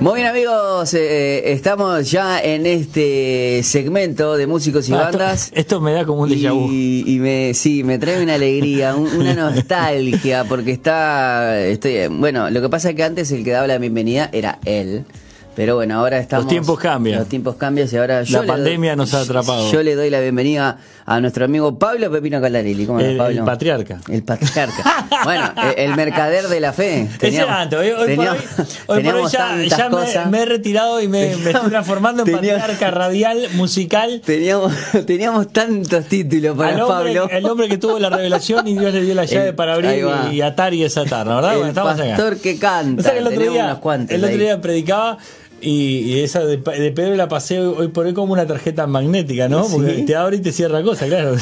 Muy bien amigos, eh, estamos ya en este segmento de músicos y Ah, esto- bandas. Esto, me da como un déjà vu. Y, y me, sí, me trae una alegría, un- una nostalgia, porque está, estoy, bueno, lo que pasa es que antes el que daba la bienvenida era él, pero bueno, ahora estamos... tiempos cambian. Los tiempos cambian y ahora yo... le doy- pandemia nos ha atrapado. Yo le doy la bienvenida a nuestro amigo Pablo Pepino Calarelli. ¿Cómo El, andas, Pablo? el patriarca. El patriarca. bueno, eh, el mercader de la fe. Ese era antes, hoy, hoy teníamos- por hoy, hoy por hoy teníamos ya, tantas ya me, cosas. me he retirado y me, me estoy transformando en Teníamos- patriarca radial, musical. Teníamos, teníamos tantos títulos para Al hombre, Pablo. el hombre que tuvo la revelación y Dios le dio la llave El- para ahí abrir va. y atar y desatar, ¿no? ¿verdad? Bueno, el estamos acá. pastor que canta. O sea que el otro, Tenemos día, unos cuantos el otro ahí. día predicaba y, y esa de, pa- de Pedro la pasé hoy, hoy por hoy como una tarjeta magnética, ¿no? Porque te abre y te cierra cosas, claro.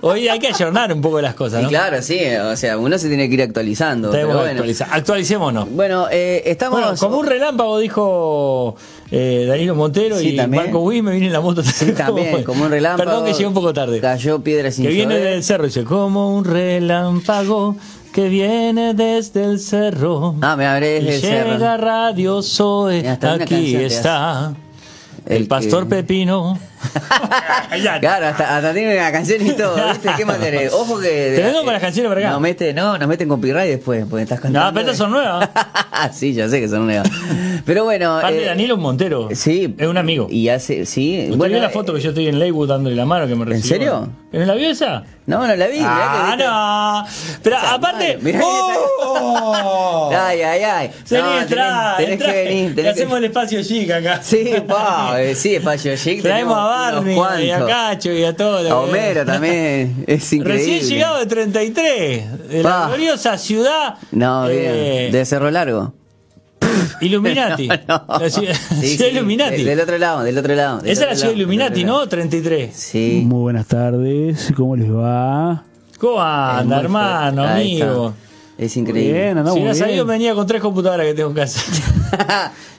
hoy hay que ayornar un poco las cosas, Y ¿no? claro, sí, o sea, uno se tiene que ir actualizando. Tenemos Pero que bueno, actualizar. Actualicémonos. bueno eh, estamos. Bueno, como un relámpago dijo eh, Danilo Montero Sí, y también. Marco Wii me viene en la moto. Sí, también, como un relámpago. Perdón que llegué un poco tarde. Cayó piedra sin que viene llover. del cerro, dice, como un relámpago que viene desde el cerro. Ah, me abre Y desde el llega cerro. Radio Zoe, Mira, hasta una aquí canción te está hace. el, El que- pastor Pepino. Ya. Claro, hasta, hasta tiene una canción y todo, ¿viste? ¿Qué más querés? Ojo que. Te vengo con las canciones para acá. Nos mete, no, nos meten copyright después, porque estás cantando. No, pero estas son nuevas. sí, ya sé que son nuevas. Pero bueno. Aparte, eh, Danilo Montero. Sí. Es un amigo. Y hace, sí. ¿Usted vio la foto que yo estoy en Leywood dándole la mano que me recibió? serio? ¿En la vio esa? eh, No, no la vi. mirá que viste- Ah, no. Pero aparte. mal. Mirá que ¡Oh! Ay, ay, ay. Vení, No, entrá, tenés, tenés entrá. que venir. Le Tenés que... hacemos el espacio chic acá. Sí, pa, eh, sí, Payo Chic. Traemos a Barney y a Cacho y a todos. A Homero también. Es increíble. Recién llegado de 33, de Pa. la gloriosa ciudad No, bien. eh, De Cerro Largo. Illuminati. La ciudad, Sí, ciudad sí, Illuminati. Del, del otro lado, del otro lado. del Esa es otro la ciudad lado, del Illuminati, otro lado. ¿no? 33. Sí. Muy buenas tardes, ¿cómo les va? ¿Cómo Es anda, muy hermano, fuerte. Ahí amigo? está. Es increíble. Bien, andamos si hubiera bien. sabido, me venía con tres computadoras que tengo en casa.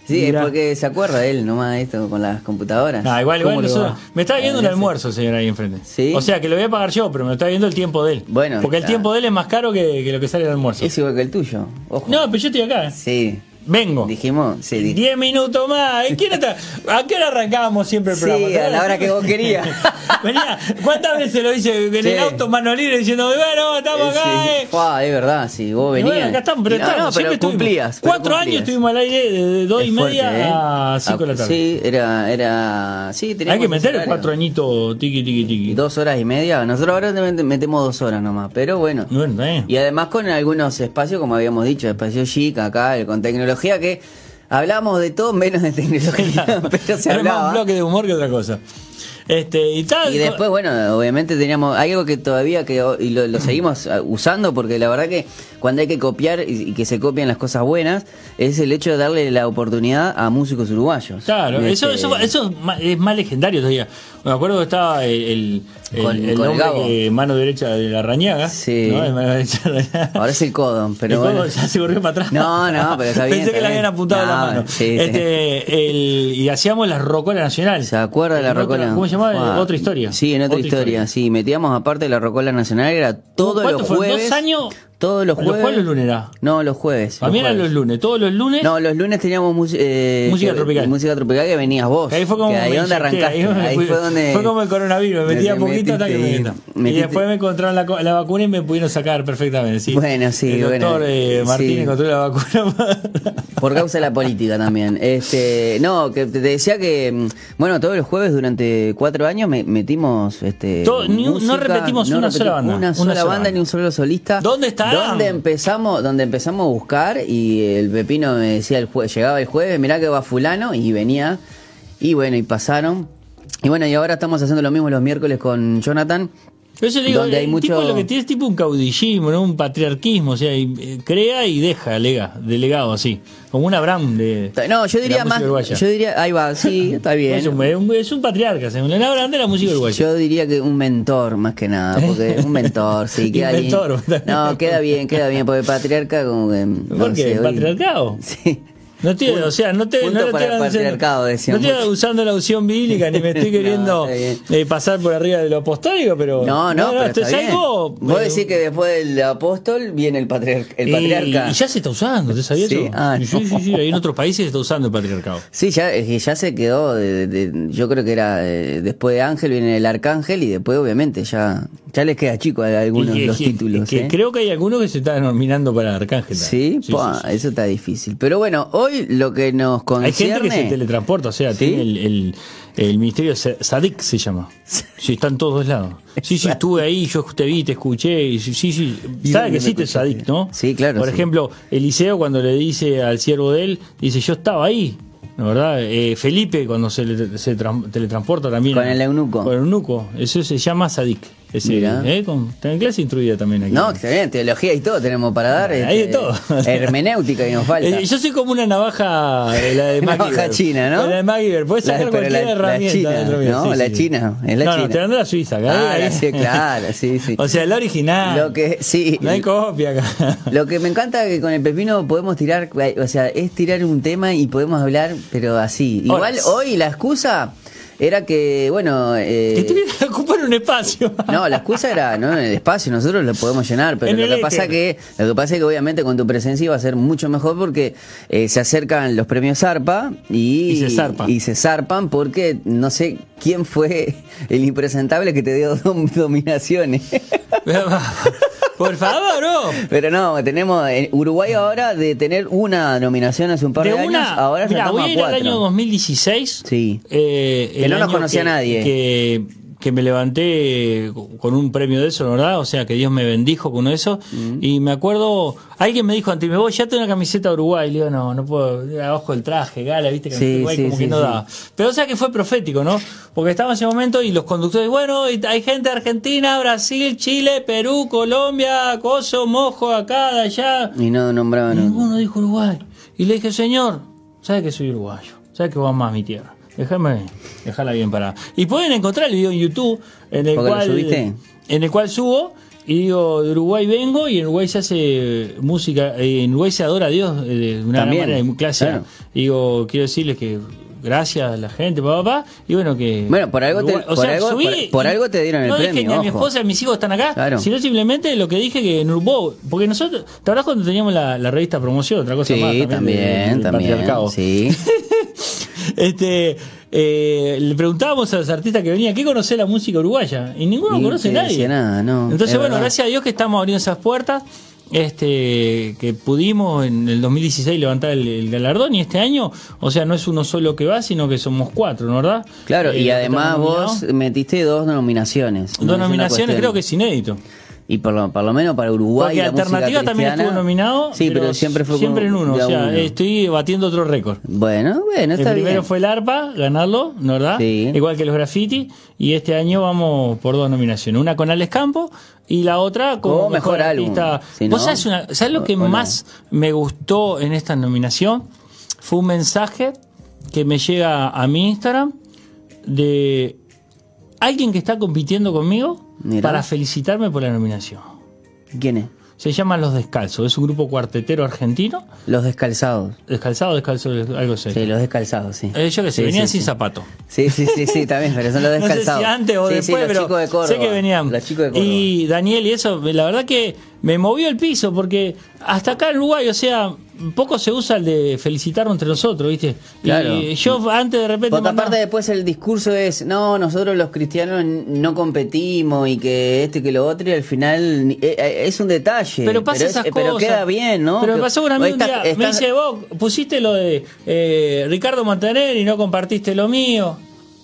sí, Mirá. es porque se acuerda él nomás de esto con las computadoras. Ah, igual, igual ¿Cómo le nosotros- va? Me está viendo Ah, un ya sé. almuerzo, señor, ahí enfrente. Sí. O sea, que lo voy a pagar yo, pero me lo está viendo el tiempo de él. Bueno, Porque el está. tiempo de él es más caro que, que lo que sale el almuerzo. Es igual que el tuyo. Ojo. No, pero yo estoy acá. Sí. Vengo. Dijimos, sí, di- 10 minutos más. ¿Y quién está? ¿A qué hora arrancábamos siempre el Sí, programa? a la hora que vos querías. Venía, ¿cuántas veces lo hice en Sí. el auto mano libre diciendo, bueno, estamos Eh, acá, sí. eh? Fua, es verdad, sí, vos Y venías. bueno, acá estamos, pero, Y no, estamos, no, pero siempre estuvimos. cumplías. pero Cuatro años cumplías. estuvimos al aire de, de dos Es y fuerte, media ¿eh? a cinco de la tarde. Sí, era, era, sí, teníamos Hay que ese meter horario. cuatro añitos, tiqui, tiqui, tiqui. Dos horas y media. Nosotros ahora te met- metemos dos horas nomás, pero bueno. Bueno, está bien. Y además con algunos espacios, como habíamos dicho, espacio chic, acá, el- con tecnología, que hablamos de todo menos de tecnología, pero se Era más un hablaba. bloque de humor que otra cosa. Este, y tal. Y después, bueno, obviamente teníamos, hay algo que todavía que y lo, Mm. lo seguimos ah, usando, porque la verdad que cuando hay que copiar y, y que se copian las cosas buenas, es el hecho de darle la oportunidad a músicos uruguayos. Claro, Este, eso, eso, eso es ma- es más legendario todavía. Me acuerdo que estaba el, el, el- Con- el con el hombre Gabo. que- mano derecha de la rañaga. Sí. ¿no? De mano derecha de la Rañaga. Ahora es el codón, pero El codo bueno. ya se volvió para atrás. No, no, pero está bien, Pensé está que le bien. habían apuntado No, la mano. sí, sí. Este, el- y hacíamos la rocola nacional. ¿Se acuerda de la En otra- rocola? ¿Cómo se llamaba? Fua. Otra historia. Sí, en otra, historia, sí. Metíamos aparte de la rocola nacional, era todos ¿Cuánto los fue? ¿Dos jueves. años? Todos los ¿Los jueves. jueves o los lunes era? No, los jueves. Para mí eran los jueves. lunes. Todos los lunes. No, los lunes teníamos mus- eh, Música que- tropical. Música tropical que venías vos. Que ahí fue como que ahí me donde inyecté, arrancaste. ahí me Ahí fui- fue donde. fue como el coronavirus, me metía te poquito hasta que me metiste- Y metiste- después me encontraron la, co- la vacuna y me pudieron sacar perfectamente. Sí. Bueno, sí, el bueno, doctor eh, Martín sí. encontró la vacuna. Por causa de la política también. Este, no, que te te decía que, mm, bueno, todos los jueves durante cuatro años me- metimos, este, Todo- ni un- no repetimos una sola banda, una una sola sola banda, banda. ni un solo solista. ¿Dónde estarán? Donde empezamos, donde empezamos a buscar y el pepino me decía el jue- llegaba el jueves, mirá que va fulano y venía y bueno y pasaron y bueno y ahora estamos haciendo lo mismo los miércoles con Jonathan. Pero yo le digo, Donde hay el mucho- tipo lo que tiene es tipo un caudillismo, ¿no? un patriarquismo, o sea, y, eh, crea y deja delega, delegado así, como un Abraham de No, yo de la diría música más, uruguaya. yo diría, ahí va, sí, está bien. es, un, es un- es un patriarca, según un Abraham de la música uruguaya. Yo diría que un mentor más que ¿Eh? nada, porque un mentor, sí, queda bien. Inventor. No, queda bien, queda bien, porque patriarca como que... no ¿Por qué? sé, hoy- ¿Patriarcado? Sí. No tiene, o sea, no te punto no le para el estoy haciendo- patriarcado, decían no estoy muchos. usando la opción bíblica ni me estoy No, queriendo está bien. eh, pasar por arriba de lo apostólico, pero. No, no, pero esto está es bien. algo. Vos eh, decís que después del apóstol viene el, patriar- el y- patriarca. Y, ya se está usando, ¿te sabías Sí, eso? ah, sí, sí, sí, sí, ahí en otros países se está usando el patriarcado. Sí, ya, es que ya se quedó, de- de- de- yo creo que era eh, después de Ángel viene el Arcángel y después obviamente ya, ya les queda chico a algunos Y que- los que- títulos. que ¿eh? Creo que hay algunos que se están nominando para arcángel. Sí, pa, eso está difícil. Pero bueno, hoy lo que nos Hay concierne... gente que se teletransporta, o sea, ¿Sí? tiene el, el, el ministerio Sa- Sadik se llama. Sí, está en todos lados. Sí, sí, estuve ahí, yo te vi, te escuché. y Sí, sí, sí. ¿Y dónde Sabe me que existe Sadik, escuchaste? ¿no? Sí, claro, Por sí. ejemplo, Eliseo cuando le dice al siervo de él, dice, yo estaba ahí. ¿no ¿Verdad? Eh, Felipe cuando se, le- se tran- teletransporta también. Con el eunuco. Con el eunuco. Eso se llama Sadik. Ese, Mirá. ¿eh? Con- está en clase instruida también aquí. No, está bien, teología y todo tenemos para dar. este, Hay de todo. Hermenéutica que nos falta. Eh, yo soy como una navaja, eh, la de Navaja MacGyver. china, ¿no? La de MacGyver, puedes La- sacar pero la- cualquier la herramienta. china, dentro mío. ¿no? La china, es la no, china. No, te vendrá la suiza, acá. Ah, ¿eh? la- sí, claro, sí, sí. O sea, la original. Lo que sí. No hay copia acá. Lo que me encanta es que con el pepino podemos tirar, o sea, es tirar un tema y podemos hablar, pero así. Igual Horas. hoy la excusa era que, bueno, eh, Que tiene que ocupar un espacio. no, la excusa era, no, en el espacio nosotros lo podemos llenar, pero En lo el que pasa éter. que, lo que pasa es que obviamente con tu presencia iba a ser mucho mejor porque eh, se acercan los premios Zarpa y, Y se zarpa. y se zarpan porque no sé quién fue el impresentable que te dio dom- dominaciones. Por favor, no. Pero no, tenemos en Uruguay ahora de tener una nominación hace un par de, De años, una, ahora se mirá, toma voy a ir al cuatro. año 2016. Sí. eh, Que el no nos año conocía nadie. Que, que me levanté con un premio de eso, la ¿verdad? O sea, que Dios me bendijo con uno de esos. Mm. Y me acuerdo, alguien me dijo antes, me voy, ya tengo una camiseta de Uruguay. Le digo, no, no puedo, abajo el traje, gala, viste, camiseta Sí, de Uruguay, sí, como sí, que no sí. daba. Pero o sea que fue profético, ¿no? Porque estaba en ese momento y los conductores, bueno, y hay gente de Argentina, Brasil, Chile, Perú, Colombia, Coso, Mojo, acá, de allá. Y no nombraban Y un- Ninguno dijo Uruguay. Y le dije, señor, sabe que soy uruguayo, sabe que va más mi tierra. Déjame, déjala bien parada. Y pueden encontrar el video en YouTube, en el Porque lo cual subiste. en el cual subo y digo, de Uruguay vengo y en Uruguay se hace música, eh, en Uruguay se adora a Dios eh, de una También, manera muy clásica. claro. Digo, quiero decirles que gracias a la gente, papá, papá, y bueno que... Bueno, por algo te- Uruguay- o por sea, algo- subí por- por y algo te dieron el no dije premio, ni a mi ojo. esposa, mis hijos están acá, Claro. sino simplemente lo que dije que en Uruguay, porque nosotros, ¿te acordás cuando teníamos la, la revista Promoción? Otra cosa Sí, más. del- también, del también. patriarcado. Sí. Este, eh, le preguntábamos a los artistas que venían, ¿qué conoce la música uruguaya? Y ninguno Y conoce te nadie. decía nada, no, es Entonces, bueno, verdad. gracias a Dios que estamos abriendo esas puertas. Este, que pudimos en el 2016 levantar el, el galardón y este año, o sea, no es uno solo que va, sino que somos cuatro, ¿no verdad? Claro, Eh, los y que además estamos vos nominados. metiste dos nominaciones. ¿no? Es Dos una nominaciones cuestión. creo que es inédito. Y por lo, por lo menos para Uruguay. Porque la música Alternativa también cristiana- estuvo nominado. Sí, pero, siempre fue con- siempre en uno. de a O sea, uno. estoy batiendo otro récord. Bueno, bueno, El está primero bien. fue el ARPA, ganarlo, ¿no verdad? Sí. Igual que los graffiti. Y este año vamos por dos nominaciones. Una con Alex Campo y la otra con Como Oh, mejor álbum. Si ¿Vos no, sabés, una- sabés lo que o- o no. más me gustó en esta nominación? Fue un mensaje que me llega a mi Instagram de alguien que está compitiendo conmigo Mirá. para felicitarme por la nominación. ¿Quién es? Se llaman Los Descalzos. Es un grupo cuartetero argentino. Los descalzados. Descalzado, descalzo, algo así. Sí, los descalzados, sí. Eh, yo que sé, Sí, venían sí, sin sí. zapato. Sí, sí, sí, sí, también, pero son los No sé si descalzados. antes Sí, o sí, después, los pero chicos de Córdoba. sé que venían. Los chicos de Córdoba. y Daniel y eso, la verdad que me movió el piso, porque hasta acá en Uruguay, o sea, poco se usa el de felicitarnos entre nosotros, ¿viste? Claro. Y yo antes de repente... Porque mandaba- aparte después el discurso es, no, nosotros los cristianos no competimos y que esto y que lo otro y al final ni- eh, eh, es un detalle. Pero pasa es- esas eh, cosas. Pero queda bien, ¿no? Pero me Que- pasó con un amigo un estás- día, me estás- dice, vos pusiste lo de eh, Ricardo Montaner y no compartiste lo mío.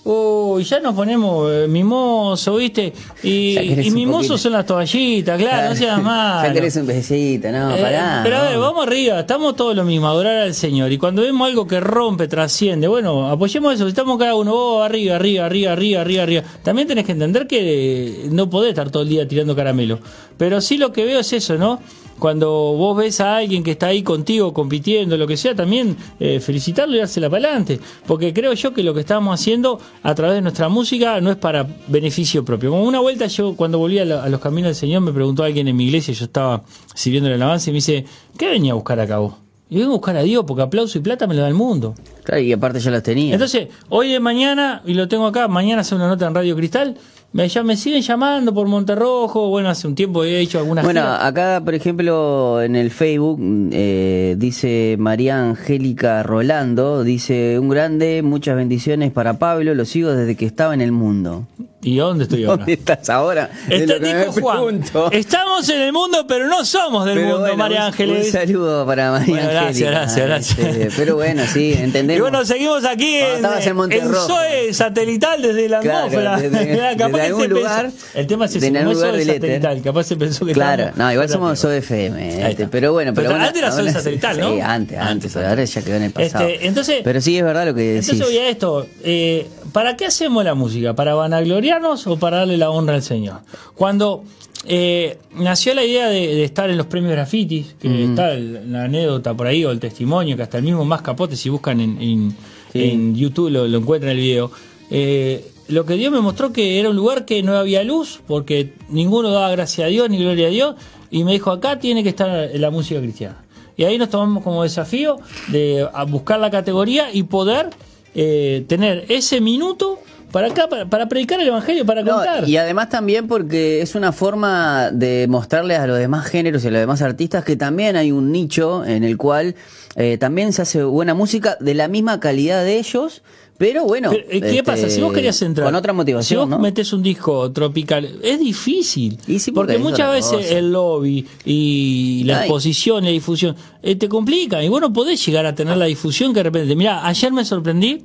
Uy, ya nos ponemos eh, mimoso, ¿viste? Y, Ya querés y un mimoso poquito. son las toallitas, claro, no seas malo. Ya querés un besito, no, Eh, pará. pero a no. ver, vamos arriba, estamos todos lo mismo, adorar al Señor. Y cuando vemos algo que rompe, trasciende, bueno, apoyemos eso, estamos cada uno, vos arriba, arriba, arriba, arriba, arriba, arriba. También tenés que entender que eh, no podés estar todo el día tirando caramelo. Pero sí lo que veo es eso, ¿no? Cuando vos ves a alguien que está ahí contigo, compitiendo, lo que sea, también eh, felicitarlo y dársela para adelante. Porque creo yo que lo que estamos haciendo a través de nuestra música no es para beneficio propio. Como una vuelta, yo cuando volví a, la- a los caminos del Señor, me preguntó alguien en mi iglesia, yo estaba sirviendo el alabanza, y me dice, ¿qué venía a buscar acá vos? Y vengo a buscar a Dios, porque aplauso y plata me lo da el mundo. Claro, y aparte yo las tenía. Entonces, hoy de mañana, y lo tengo acá, mañana hace una nota en Radio Cristal, me, ya me siguen llamando por Monterrojo, bueno, hace un tiempo he hecho algunas bueno, giras. acá, por ejemplo, en el Facebook eh, dice María Angélica Rolando, dice un grande, muchas bendiciones para Pablo, lo sigo desde que estaba en el mundo. ¿Y dónde estoy ahora? ¿Dónde estás ahora? Es Está- lo que me Este dijo Juan, pregunto. estamos en el mundo, pero no somos del Pero mundo, bueno, María un- Un Ángeles. saludo para María Bueno, gracias, Angélica. gracias, gracias. Este, pero bueno, sí, entendemos. Y bueno, seguimos aquí Cuando en, estabas en Monterrojo. SOE satelital desde la Claro, atmósfera. desde- Mirá, desde que algún se pensó- lugar, el tema es desde ese, no algún es lugar SOE del éter. satelital, capaz se pensó que Claro, estábamos- no, igual somos Espérate. SOFM, Ahí este, está. pero bueno, pero, Pero bueno, antes era ahora- Sol Satelital, ¿no? Sí, antes, Antes, antes, pero ahora ya quedó en el pasado. Este, entonces- pero sí es verdad lo que decís. Entonces voy a esto. eh, ¿Para qué hacemos la música? ¿Para vanagloriarnos o para darle la honra al Señor? Cuando eh, nació la idea de, de estar en los premios grafitis, que está el- la anécdota por ahí o el testimonio, que hasta el mismo más capote, si buscan en, en- Sí. en YouTube lo, lo encuentran en el video. eh, lo que Dios me mostró que era un lugar que no había luz, porque ninguno daba gracia a Dios ni gloria a Dios, y me dijo, acá tiene que estar la música cristiana. Y ahí nos tomamos como desafío de a buscar la categoría y poder eh, tener ese minuto para acá, para, para predicar el Evangelio, para No, contar. y además también porque es una forma de mostrarles a los demás géneros y a los demás artistas que también hay un nicho en el cual eh, también se hace buena música de la misma calidad de ellos, pero bueno. Pero, eh, ¿Qué este, pasa? Si vos querías entrar. Con otra motivación, Si vos ¿no? metés un disco tropical. Es difícil. Y sí, porque porque es muchas otra veces cosa. el lobby y Ay. la exposición, la difusión, eh, te complican. Y vos no podés llegar a tener la difusión que de repente. Mirá, ayer me sorprendí.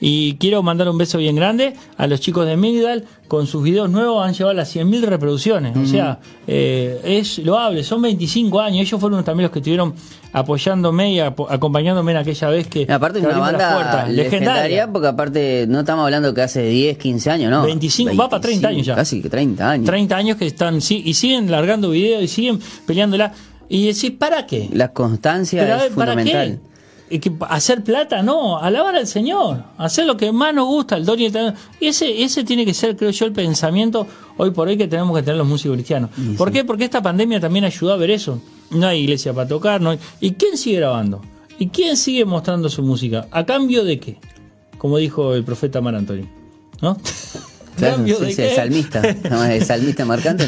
Y quiero mandar un beso bien grande a los chicos de Migdal. Con sus videos nuevos han llevado las 100.000 reproducciones. O sea, eh, es loable. Son 25 años. Ellos fueron también los que estuvieron apoyándome y apo- acompañándome en aquella vez que. Aparte es que una abrimos las banda puertas. legendaria, porque aparte no estamos hablando que hace 10, 15 años, ¿no? 25, va para 30 años ya. Casi que 30 años. 30 años que están sí, y siguen largando videos y siguen peleándola. Y decís, ¿para qué? La constancia Pero, a es ver, ¿para qué? fundamental. Y que hacer plata, no, alabar al Señor, hacer lo que más nos gusta, el don y el talento. Y ese, ese tiene que ser, creo yo, el pensamiento hoy por hoy que tenemos que tener los músicos cristianos. ¿Por qué? Porque esta pandemia también ayudó a ver eso. No hay iglesia para tocar, no hay- ¿Y quién sigue grabando? ¿Y quién sigue mostrando su música? ¿A cambio de qué? Como dijo el profeta Mar Antonio, ¿no? ¿A Claro, cambio sí, de sí, el qué? salmista, no, el salmista marcante.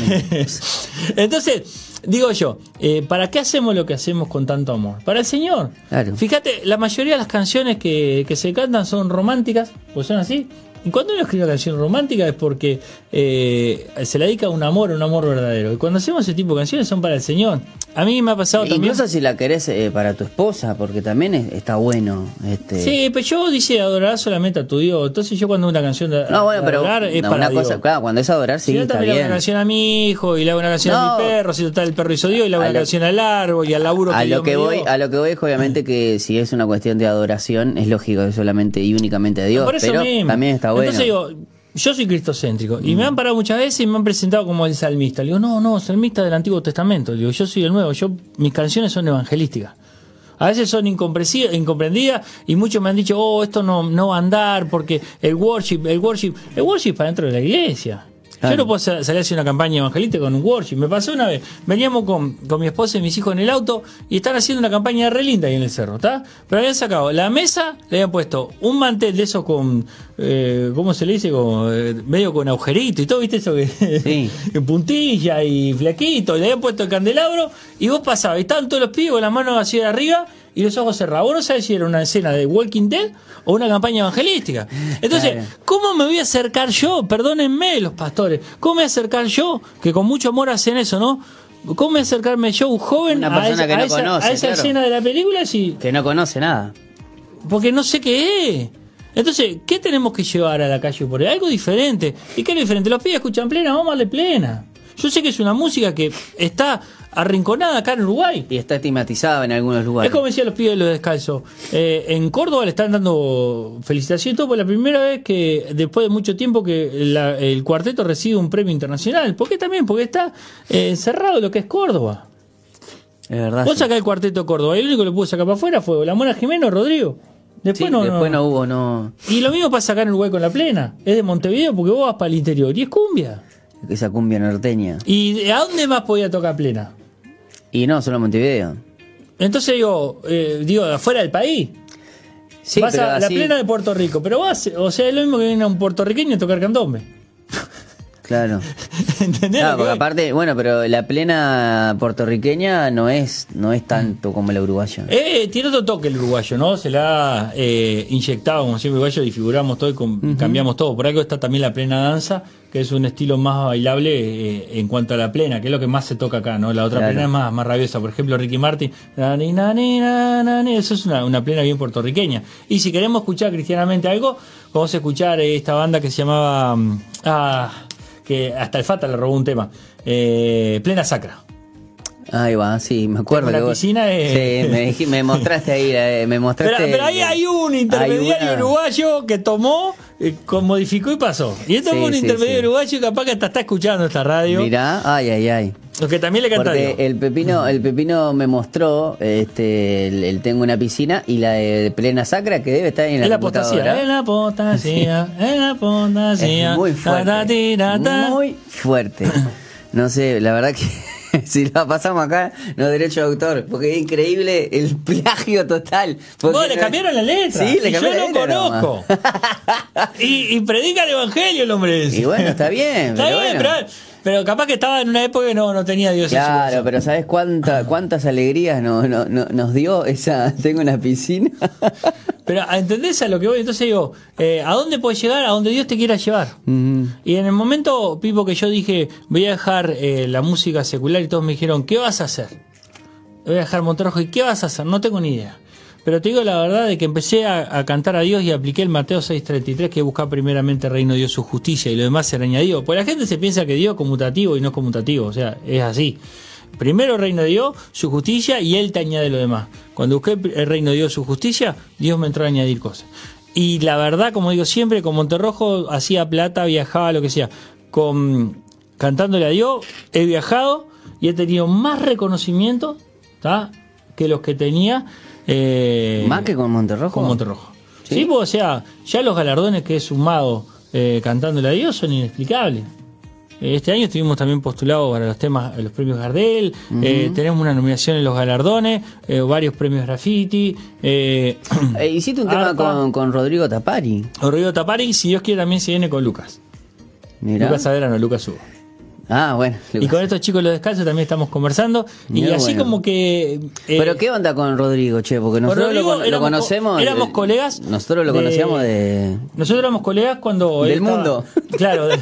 Entonces, digo yo, eh, ¿para qué hacemos lo que hacemos con tanto amor? Para el Señor. Claro. Fíjate, la mayoría de las canciones que, que se cantan son románticas, o son así. Y cuando uno escribe una canción romántica es porque eh, se la dedica a un amor, a un amor verdadero. Y cuando hacemos ese tipo de canciones son para el Señor. A mí me ha pasado también. Incluso si la querés eh, para tu esposa, porque también es- está bueno. Este, Sí, pero yo dice adorar solamente a tu Dios. Entonces yo cuando una canción de no, bueno, de pero adorar es no, para una Dios. cosa, claro, cuando es adorar, sí, si no, está también le hago bien. una canción a mi hijo, y le hago una canción a No. mi perro, si total el perro hizo Dios, y le hago A una lo- canción al árbol y al laburo A que Dios lo que me dio. voy, a lo que voy es que obviamente que si es una cuestión de adoración, es lógico que solamente y únicamente a Dios, Por eso pero mismo. también está bueno. Mm. Entonces digo, yo soy cristocéntrico. Y me han parado muchas veces y me han presentado como el salmista. Le digo, no, no, salmista del Antiguo Testamento. Le digo, yo soy el nuevo. Yo, mis canciones son evangelísticas. A veces son incompresi- incomprendidas y muchos me han dicho, oh, esto no, no va a andar porque el worship, el worship, el worship para dentro de la iglesia. Claro. Yo no puedo sa- salir a hacer una campaña evangelística con un worship. Me pasó una vez, veníamos con, con mi esposa y mis hijos en el auto y están haciendo una campaña re linda ahí en el cerro, ¿está? Pero habían sacado la mesa, le habían puesto un mantel de esos con, eh, ¿cómo se le dice? Con, eh, medio con agujerito y todo, ¿viste? Eso que, Sí. en puntilla y flaquito, y le habían puesto el candelabro, y vos pasabas, y estaban todos los pibes con las manos hacia arriba y los ojos cerrados. Vos no sabés si era una escena de Walking Dead o una campaña evangelística. Entonces, Claro. ¿cómo me voy a acercar yo? Perdónenme los pastores, ¿cómo me voy a acercar yo? Que con mucho amor hacen eso, ¿no? ¿Cómo me voy a acercarme yo, un joven, Una a persona esa, que no a esa- a conoce, esa claro. escena de la película si, que no conoce nada. porque no sé qué es. Entonces, ¿qué tenemos que llevar a la calle por ahí? Algo diferente. ¿Y qué es lo diferente? Los pibes escuchan plena, vamos a darle plena. Yo sé que es una música que está arrinconada acá en Uruguay. Y está estigmatizado en algunos lugares. Es como decían los pibes de los descalzos. Eh, en Córdoba le están dando felicitaciones y todo por la primera vez que, después de mucho tiempo, que la- el cuarteto recibe un premio internacional. ¿Por qué también? Porque está eh, encerrado lo que es Córdoba. Es verdad. Vos Ah, sí. sacás el cuarteto de Córdoba y el único que lo pudo sacar para afuera fue la Mona Jimeno Rodrigo. Después, Sí, no, después no hubo, no. y lo mismo pasa acá en Uruguay con la plena. Es de Montevideo porque vos vas para el interior y es cumbia. Esa cumbia norteña. ¿Y a dónde más podía tocar plena? Y no, solo Montevideo. Entonces digo, eh, digo, de afuera del país. Sí, vas pero a la así- plena de Puerto Rico, pero vas, o sea, es lo mismo que viene a un puertorriqueño a tocar candombe. Claro. ¿Entendés? Claro, lo que porque voy? aparte, bueno, pero la plena puertorriqueña no es, no es tanto como la uruguaya. Eh, tiene otro toque el uruguayo, ¿no? Se la ha eh, inyectado, como siempre, uruguayo, disfiguramos todo y com- cambiamos todo. Por algo está también la plena danza, que es un estilo más bailable eh, en cuanto a la plena, que es lo que más se toca acá, ¿no? La otra Claro. plena es más, más rabiosa. Por ejemplo, Ricky Martin, na, ni, na, ni, na, na, ni. eso es una, una plena bien puertorriqueña. Y si queremos escuchar cristianamente algo, vamos a escuchar eh, esta banda que se llamaba. mm, ah, que hasta el Fata le robó un tema. Eh, plena Sacra. Ahí va, sí, me acuerdo. Con la que vos- piscina es- Sí, me, dij- me mostraste ahí, la- eh, me mostraste... Pero, pero ahí hay un intermediario Hay una- uruguayo que tomó, eh, con- modificó y pasó. Y esto Sí, fue un sí, intermediario sí. uruguayo que capaz que hasta está escuchando esta radio. Mirá, ay, ay, ay. Lo que también le canta Porque Dios. el pepino, el pepino me mostró, este, el, el tengo una piscina y la de plena sacra que debe estar ahí en la, Es la computadora. apostasía, ¿eh? es la apostasía, es la apostasía. Es muy Ta, ta, fuerte. ti, ta, ta. Muy fuerte. No sé, la verdad que si la pasamos acá, no es derecho de autor, porque es increíble el plagio total. Porque Vos le no- cambiaron la letra. Sí, le y yo cambiaron lo la letra nomás. conozco. y, y predica el evangelio el hombre ese. Y bueno, está bien, Está pero bien, bueno. pero, pero capaz que estaba en una época que no, no tenía Dios en su Claro, corazón. pero ¿sabes cuánta, cuántas alegrías no, no- no- nos dio esa? Tengo una piscina. Pero ¿entendés a lo que voy? Entonces digo, eh, ¿a dónde puedes llegar? A donde Dios te quiera llevar. Y en el momento, Pipo, que yo dije, voy a dejar eh, la música secular y todos me dijeron, ¿qué vas a hacer? Voy a dejar Monterrojo y ¿qué vas a hacer? No tengo ni idea. Pero te digo la verdad de que empecé a, a cantar a Dios y apliqué el Mateo 6.33 que busca primeramente el reino de Dios su justicia y lo demás será añadido. Pues la gente se piensa que Dios es conmutativo y no es conmutativo, o sea, es así. Primero el reino de Dios, su justicia y Él te añade lo demás. Cuando busqué el reino de Dios, su justicia, Dios me entró a añadir cosas. Y la verdad, como digo siempre, con Monterrojo hacía plata, viajaba, lo que sea. Con, cantándole a Dios, he viajado y he tenido más reconocimiento ¿tá? que los que tenía. eh, Más que con Monterrojo. con Monterrojo. Sí, pues, o sea, ya los galardones que he sumado eh, cantándole a Dios son inexplicables. Eh, Este año estuvimos también postulados para los temas, los premios Gardel, eh, tenemos una nominación en los galardones, eh, varios premios graffiti, eh, Eh, hiciste un tema Arpa. con, con Rodrigo Tapari. Rodrigo Tapari, si Dios quiere también se viene con Lucas. Mirá. Lucas Averano, Lucas Hugo. Ah, bueno. Y con estos chicos los descansos también estamos conversando. Y Mirá, así bueno. como que... eh, Pero ¿qué onda con Rodrigo, che? Porque nosotros Rodrigo lo, con- lo éramos co- conocemos... éramos eh, colegas Nosotros lo de- conocíamos de... Nosotros éramos colegas cuando. él Del estaba- mundo. Claro, de-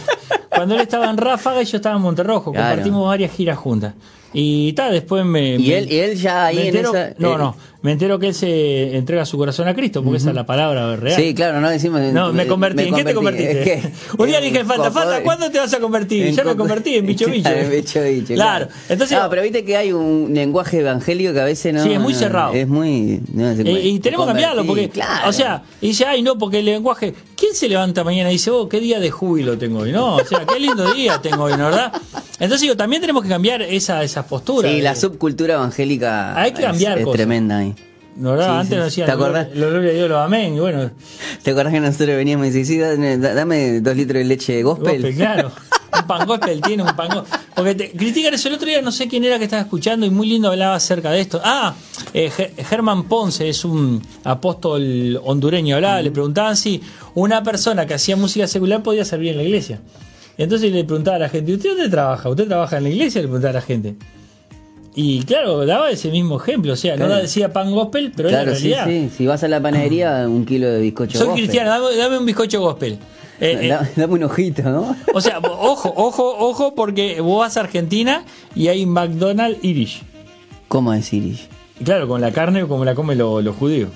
cuando él estaba en Ráfaga y yo estaba en Monterrojo. Claro. Compartimos varias giras juntas. Y tal, después me. Y me- él, y él ya ahí me en entero- esa... No, eh, no. Me entero que él se entrega su corazón a Cristo, porque esa es la palabra real. Sí, claro, no decimos... No, me convertí. ¿En qué te convertiste? Es que- Un día le dije, Fata, en Fata, copo- ¿cuándo te vas a convertir? en Ya me copo- convertí en bicho bicho. Claro, Ah, en bicho bicho, Claro. Entonces, No, pero viste que hay un lenguaje evangélico que a veces no... Sí, es muy no, cerrado. Es muy... no, se- Eh, y tenemos que cambiarlo, convertí, porque, claro. o sea, y dice, ay, no, porque el lenguaje, ¿quién se levanta mañana y dice, oh, qué día de júbilo tengo hoy? No, o sea, qué lindo día tengo hoy, ¿no? ¿verdad? Entonces, digo, también tenemos que cambiar esa, esa postura. Sí, la eh, subcultura evangélica Hay que es- cambiar es, cosas. tremenda ahí. ¿no? ¿verdad? sí, sí, Antes nos sí. decían, ¿Te acordás? Los gloria a Dios, los amén, y bueno, ¿Te acordás que nosotros veníamos y decís, sí, dame, dame dos litros de leche de gospel? gospel, claro. Un pan gospel tiene un pan gospel. Porque te, critican eso el otro día, no sé quién era que estaba escuchando y muy lindo hablaba acerca de esto. Ah, eh, Ge- Germán Ponce es un apóstol hondureño, hablaba, Mm. le preguntaban si una persona que hacía música secular podía servir en la iglesia. Y entonces le preguntaba a la gente, ¿usted dónde trabaja? ¿Usted trabaja en la iglesia? Le preguntaba a la gente. Y claro, daba ese mismo ejemplo, o sea, no Claro. decía pan gospel, pero era claro, la sí, realidad. Ah. sí. Si vas a la panadería, un kilo de bizcocho Soy gospel. cristiano, dame, dame un bizcocho gospel. Eh, eh, Da- Dame un ojito, ¿no? O sea, ojo, ojo, ojo, porque vos vas a Argentina y hay McDonald's Irish. ¿Cómo es Irish? Y claro, con la carne como la comen lo- los judíos.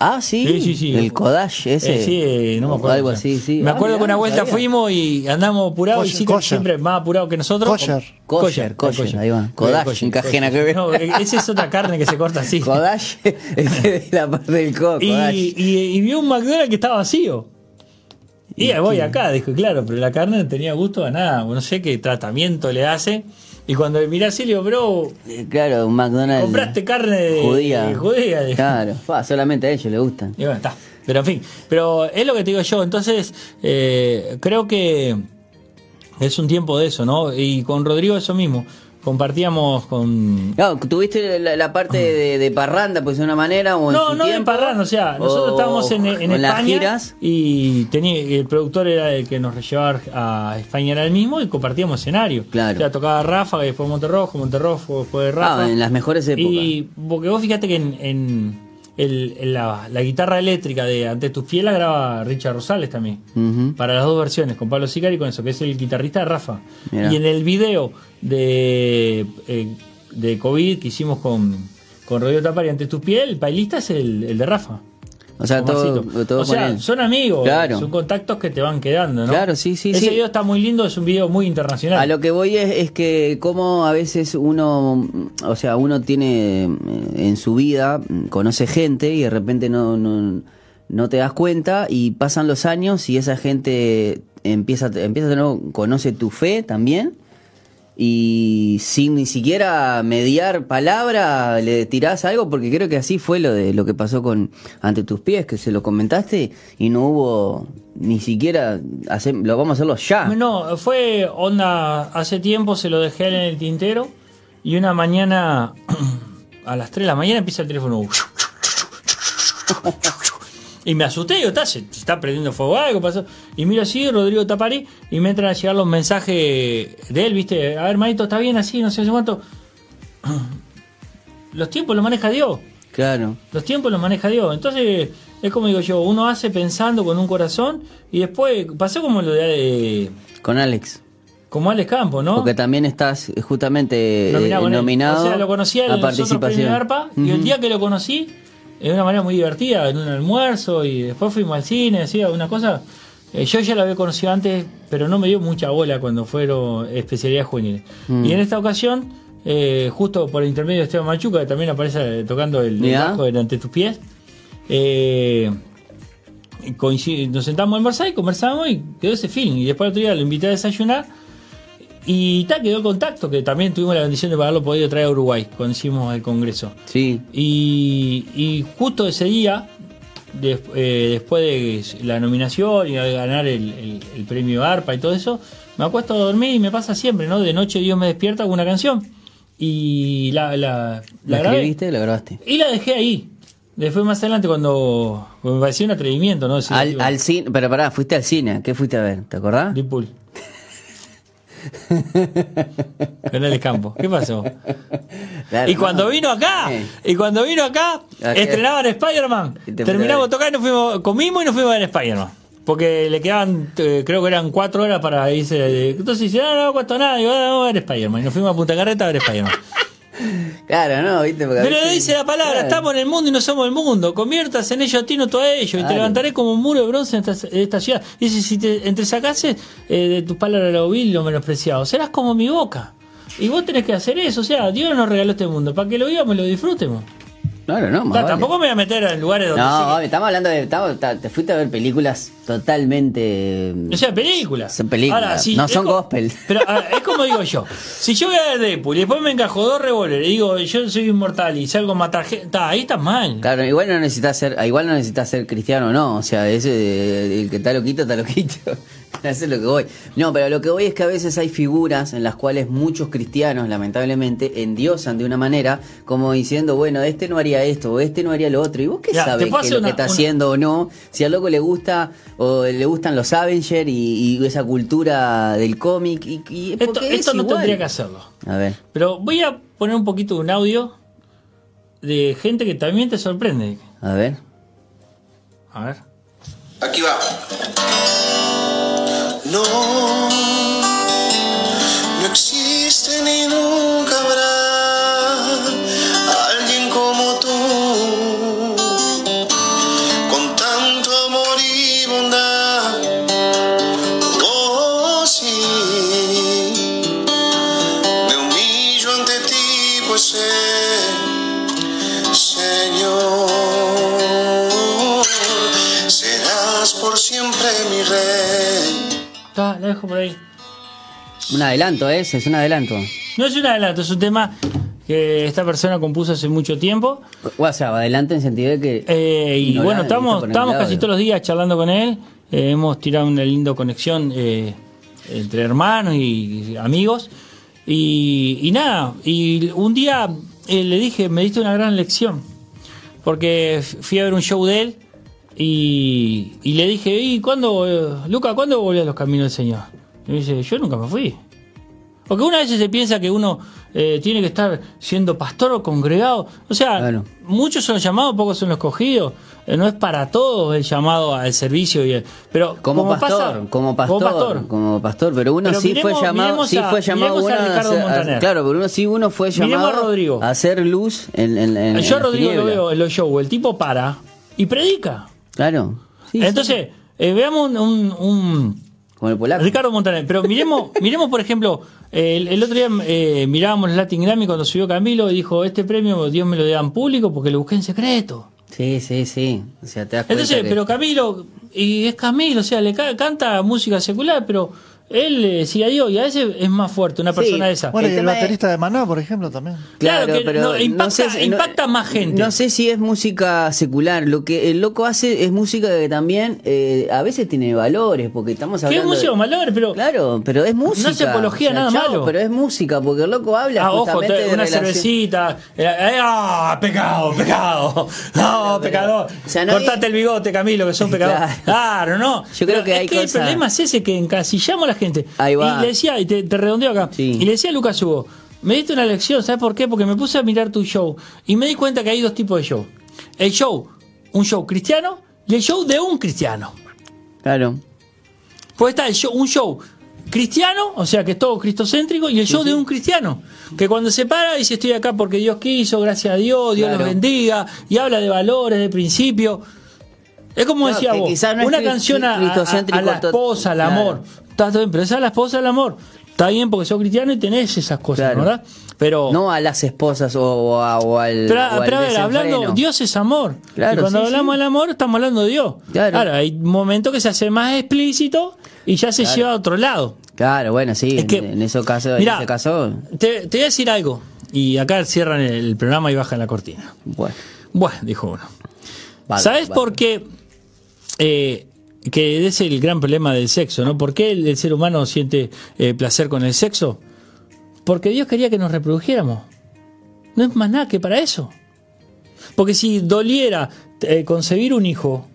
Ah, sí. Sí, sí, sí. El Kodash ese. Eh, sí, eh, no me O acuerdo. Algo o sea. así, sí. Me Ah, acuerdo mirá, que una no vuelta sabía. fuimos y andamos apurados y Kosher, sí, kosher. siempre más apurados que nosotros. Kosher. Kosher, kosher, ahí va. Kodash, en cajena que ve. No, eh, esa es otra carne que se corta así. Kodash, ese es la parte del co, y, Kodash. y- y vio un McDonald's que estaba vacío. Y ahí voy acá, dijo, claro, pero la carne no tenía gusto a nada. No sé qué tratamiento le hace. Y cuando le miré así, le digo, bro, Eh, Claro, un McDonald's. Compraste carne de- judía. de judía, de- Claro, Pa, solamente a ellos les gustan. Y bueno, está. Pero en fin, pero es lo que te digo yo. Entonces, eh, creo que es un tiempo de eso, ¿no? Y con Rodrigo eso mismo. compartíamos con... Claro, tuviste la, la parte de, de parranda, pues de una manera, o en Ah. No, su no en tiempo, Parrán, o sea, nosotros o estábamos en, en o las España giras. y tenía, el productor era el que nos llevaba a España era el mismo y compartíamos escenario. Claro. O sea, tocaba Rafa, y después Monterrojo, Monterrojo, después Rafa. Ah, en las mejores épocas. Y porque vos fíjate que en, en el- en la, la guitarra eléctrica de Ante tus pies la graba Richard Rosales también. Ujú. Para las dos versiones, con Pablo Sicari y con eso, que es el guitarrista de Rafa. Mirá. Y en el video de, eh, de COVID que hicimos con, con Rodrigo Tapari ante tus pies, el bailista es el, el de Rafa. O sea, con todo, Marcito. todo o sea, con él. son amigos, Claro. son contactos que te van quedando, ¿no? Claro, sí, sí, Ese sí. video está muy lindo, es un video muy internacional. A lo que voy es, es que como a veces uno, o sea, uno tiene eh, en su vida, mm, conoce gente y de repente no, no, no te das cuenta y pasan los años y esa gente empieza, empieza de nuevo, conoce tu fe también y sin ni siquiera mediar palabra le tirás algo porque creo que así fue lo de lo que pasó con ante tus pies que se lo comentaste y no hubo ni siquiera hacer- lo vamos a hacerlo ya No, fue onda. Hace tiempo se lo dejé en el tintero. Y una mañana, a las 3 de la mañana, empieza el teléfono. Y me asusté, digo, está, se se está prendiendo fuego algo, pasó. Y miro así, Rodrigo Tapari, y me entran a llegar los mensajes de él, viste, a ver, manito, está bien así, no sé cuánto. Los tiempos los maneja Dios. claro Los tiempos los maneja Dios. Entonces, es como digo yo, uno hace pensando con un corazón y después pasó como lo de Con Alex. como Alex Campo, ¿no? Porque también estás eh, justamente eh, con él. nominado O sea, lo conocí a a nosotros participación. premio ARPA y el Ujú. día que lo conocí, de una manera muy divertida, en un almuerzo y después fuimos al cine, así, una cosa. eh, yo ya lo había conocido antes, pero no me dio mucha bola cuando fueron especialidades juveniles. Y en esta ocasión, eh, justo por el intermedio de Esteban Machuca, que también aparece eh, tocando el, el Mirá. bajo delante de tus pies, eh, coincide- nos sentamos a almorzar y conversamos y quedó ese feeling. Y después el otro día lo invité a desayunar y ta, quedó el contacto, que también tuvimos la bendición de haberlo podido traer a Uruguay cuando hicimos el congreso. Sí. Y, y justo ese día, des- eh, después de la nominación y al ganar el, el- el premio ARPA y todo eso, me acuesto a dormir y me pasa siempre, ¿no? De noche Dios me despierta con una canción. Y la, la, ¿La, la grabé. escribiste? ¿La grabaste? Y la dejé ahí. Después más adelante cuando cuando me pareció un atrevimiento, ¿no? Decir, al, digo, al cine, pero pará, fuiste al cine, ¿qué fuiste a ver? ¿Te acordás? Deadpool. Canal de campo. ¿Qué pasó? Claro, Y cuando no. vino acá, Eh, y cuando vino acá, Ajá. estrenaban Spider-Man. Y te fuiste Terminamos a ver. de tocar y nos fuimos, comimos y nos fuimos a ver Spider-Man. Porque le quedaban, eh, creo que eran cuatro horas para irse. de- Entonces dice, ah, no, no cuesta nada, digo, ah, vamos a ver Spider-Man. Y nos fuimos a Punta Carreta a ver Spider-Man. Claro, no, viste. Porque a Pero veces- dice la palabra, Claro. estamos en el mundo y no somos el mundo. Conviertas en ello a ti, no tú a ellos. Y Claro. te levantaré como un muro de bronce en esta, en esta ciudad. Dice, si te entresacases eh, de tus palabras lo vil, lo menospreciado, serás como mi boca. Y vos tenés que hacer eso. O sea, Dios nos regaló este mundo para que lo vivamos y lo disfrutemos. Claro, no, más Ta, vale. Tampoco me voy a meter en lugares donde... No, sí mami, estamos hablando de. estamos- ta- te fuiste a ver películas totalmente. mm, que- o sea, películas. Son películas, sí, no es son co- gospel. Pero a ver, es como digo yo. Si yo voy a ver Deadpool y después me encajo dos revólveres y digo, yo soy inmortal y salgo a matar gente... ta, Ahí estás mal. Claro, igual no necesitas ser, igual no necesitas ser cristiano, no, o sea, ese eh, el que está loquito, está loquito. Eso es lo que voy. No, pero lo que voy es que a veces hay figuras en las cuales muchos cristianos, lamentablemente, endiosan de una manera, como diciendo, bueno, este no haría esto, o este no haría lo otro. ¿Y vos qué Ya, te sabes puedo que hacer lo que una- está una- haciendo o no? Si al loco le gusta, o le gustan los Avengers y, y esa cultura del cómic, y, y- Esto, porque es esto no igual. tendría que hacerlo. A ver, Pero voy a poner un poquito de un audio de gente que también te sorprende. a ver. A ver. Aquí va. No, no existe ni nunca habrá alguien como tú, con tanto amor y bondad. Oh, sí, me humillo ante ti, pues sé. Señor, serás por siempre mi rey. Ta, la dejo por ahí. Un adelanto, ¿eh? ese es un adelanto. No es un adelanto, es un tema que esta persona compuso hace mucho tiempo. O sea, adelante en sentido de que. Eh, y Ignorante, bueno, está estamos, por el estamos lado. casi todos los días charlando con él. Eh, hemos tirado una linda conexión eh, entre hermanos y amigos. Y, y nada, y un día eh, le dije, me diste una gran lección. Porque f- fui a ver un show de él y, y le dije, ¿y cuándo, eh, Luca, cuándo volví a los caminos del Señor? Y me dice, yo nunca me fui. Porque una vez se piensa que uno eh, tiene que estar siendo pastor o congregado. O sea, Claro. muchos son los llamados, pocos son los cogidos. Eh, no es para todos el llamado al servicio. Y el- pero Como, pastor, pasa- como pastor, como pastor, pero uno Pero sí fue miremos- llamado, miremos sí a- fue llamado miremos a uno Ricardo hacer- Montaner. claro, pero uno sí uno fue Miremos llamado a Rodrigo. a hacer luz en, en, en- en Eh, Yo a la Rodrigo lo tiniebla. veo en los shows, el tipo para y predica. Claro. Sí, sí. Entonces, eh, veamos un, un- un- como el polaco. Ricardo Montaner, pero miremos, miremos por ejemplo, eh, el, el otro día eh, mirábamos Latin Grammy cuando subió Camilo y dijo, este premio Dios me lo da en público porque lo busqué en secreto. Sí, sí, sí. O sea, te das cuenta Entonces, que- pero Camilo, y es Camilo, o sea, le ca- canta música secular, pero él eh, sigue a Dios y a veces es más fuerte una Sí. persona de esa. Bueno, Bueno, El y el tema es- baterista de Maná, por ejemplo, también. Claro que no, impacta- si- impacta más gente. No sé si es música secular. Lo que el loco hace es música que también eh, a veces tiene valores, porque estamos Que hablando. es música de- valor, pero Claro, pero es música. hace apología nada chao, malo. Pero es música, porque el loco habla Ah, ojo, justamente te- de una relación- cervecita. eh, eh, ¡Ah! ¡Pecado, pecado! ¡No, Claro, pero- pecador! o sea, nadie- Cortate el bigote, Camilo, que son pecadores. Claro. Claro. ¿no? Yo creo que es hay que cosas- el problema es ese, que encasillamos a la gente. Ahí va. Y le decía, y te, te redondeo acá, Sí. y le decía a Lucas Hugo, me diste una lección, ¿sabes por qué? Porque me puse a mirar tu show y me di cuenta que hay dos tipos de show. El show, un show cristiano y el show de un cristiano. Claro. Pues está el show- un show cristiano, o sea que es todo cristocéntrico, y el show de un cristiano, que cuando se para dice estoy acá porque Dios quiso, gracias a Dios, Dios Claro. los bendiga, y habla de valores, de principios. Es como Claro, decía que vos, quizás no es una cri- canción a, a- cristocéntrico a la to- esposa, al claro. amor. Está todo bien, pero esa es la esposa, al amor. Está bien porque sos cristiano y tenés esas cosas, Claro. ¿verdad? Pero... No a las esposas o, o a- o al. Pero, o al pero Oh. a ver, hablando, desenfreno. Dios es amor. Claro, y cuando sí, hablamos sí. del amor, estamos hablando de Dios. Claro. Ahora, hay momentos que se hace más explícito y ya se lleva a otro lado. Claro, bueno, sí. Es que- en, eso caso, Mirá, en ese caso. Te, te voy a decir algo. Y acá cierran el, el programa y bajan la cortina. Bueno. Bueno, dijo uno. Bárbaro, ¿Sabes bárbaro. por qué? eh, que es el gran problema del sexo, ¿no? ¿Por qué el, el ser humano siente eh, placer con el sexo? Porque Dios quería que nos reprodujiéramos. No es más nada que para eso. Porque si doliera eh, concebir un hijo,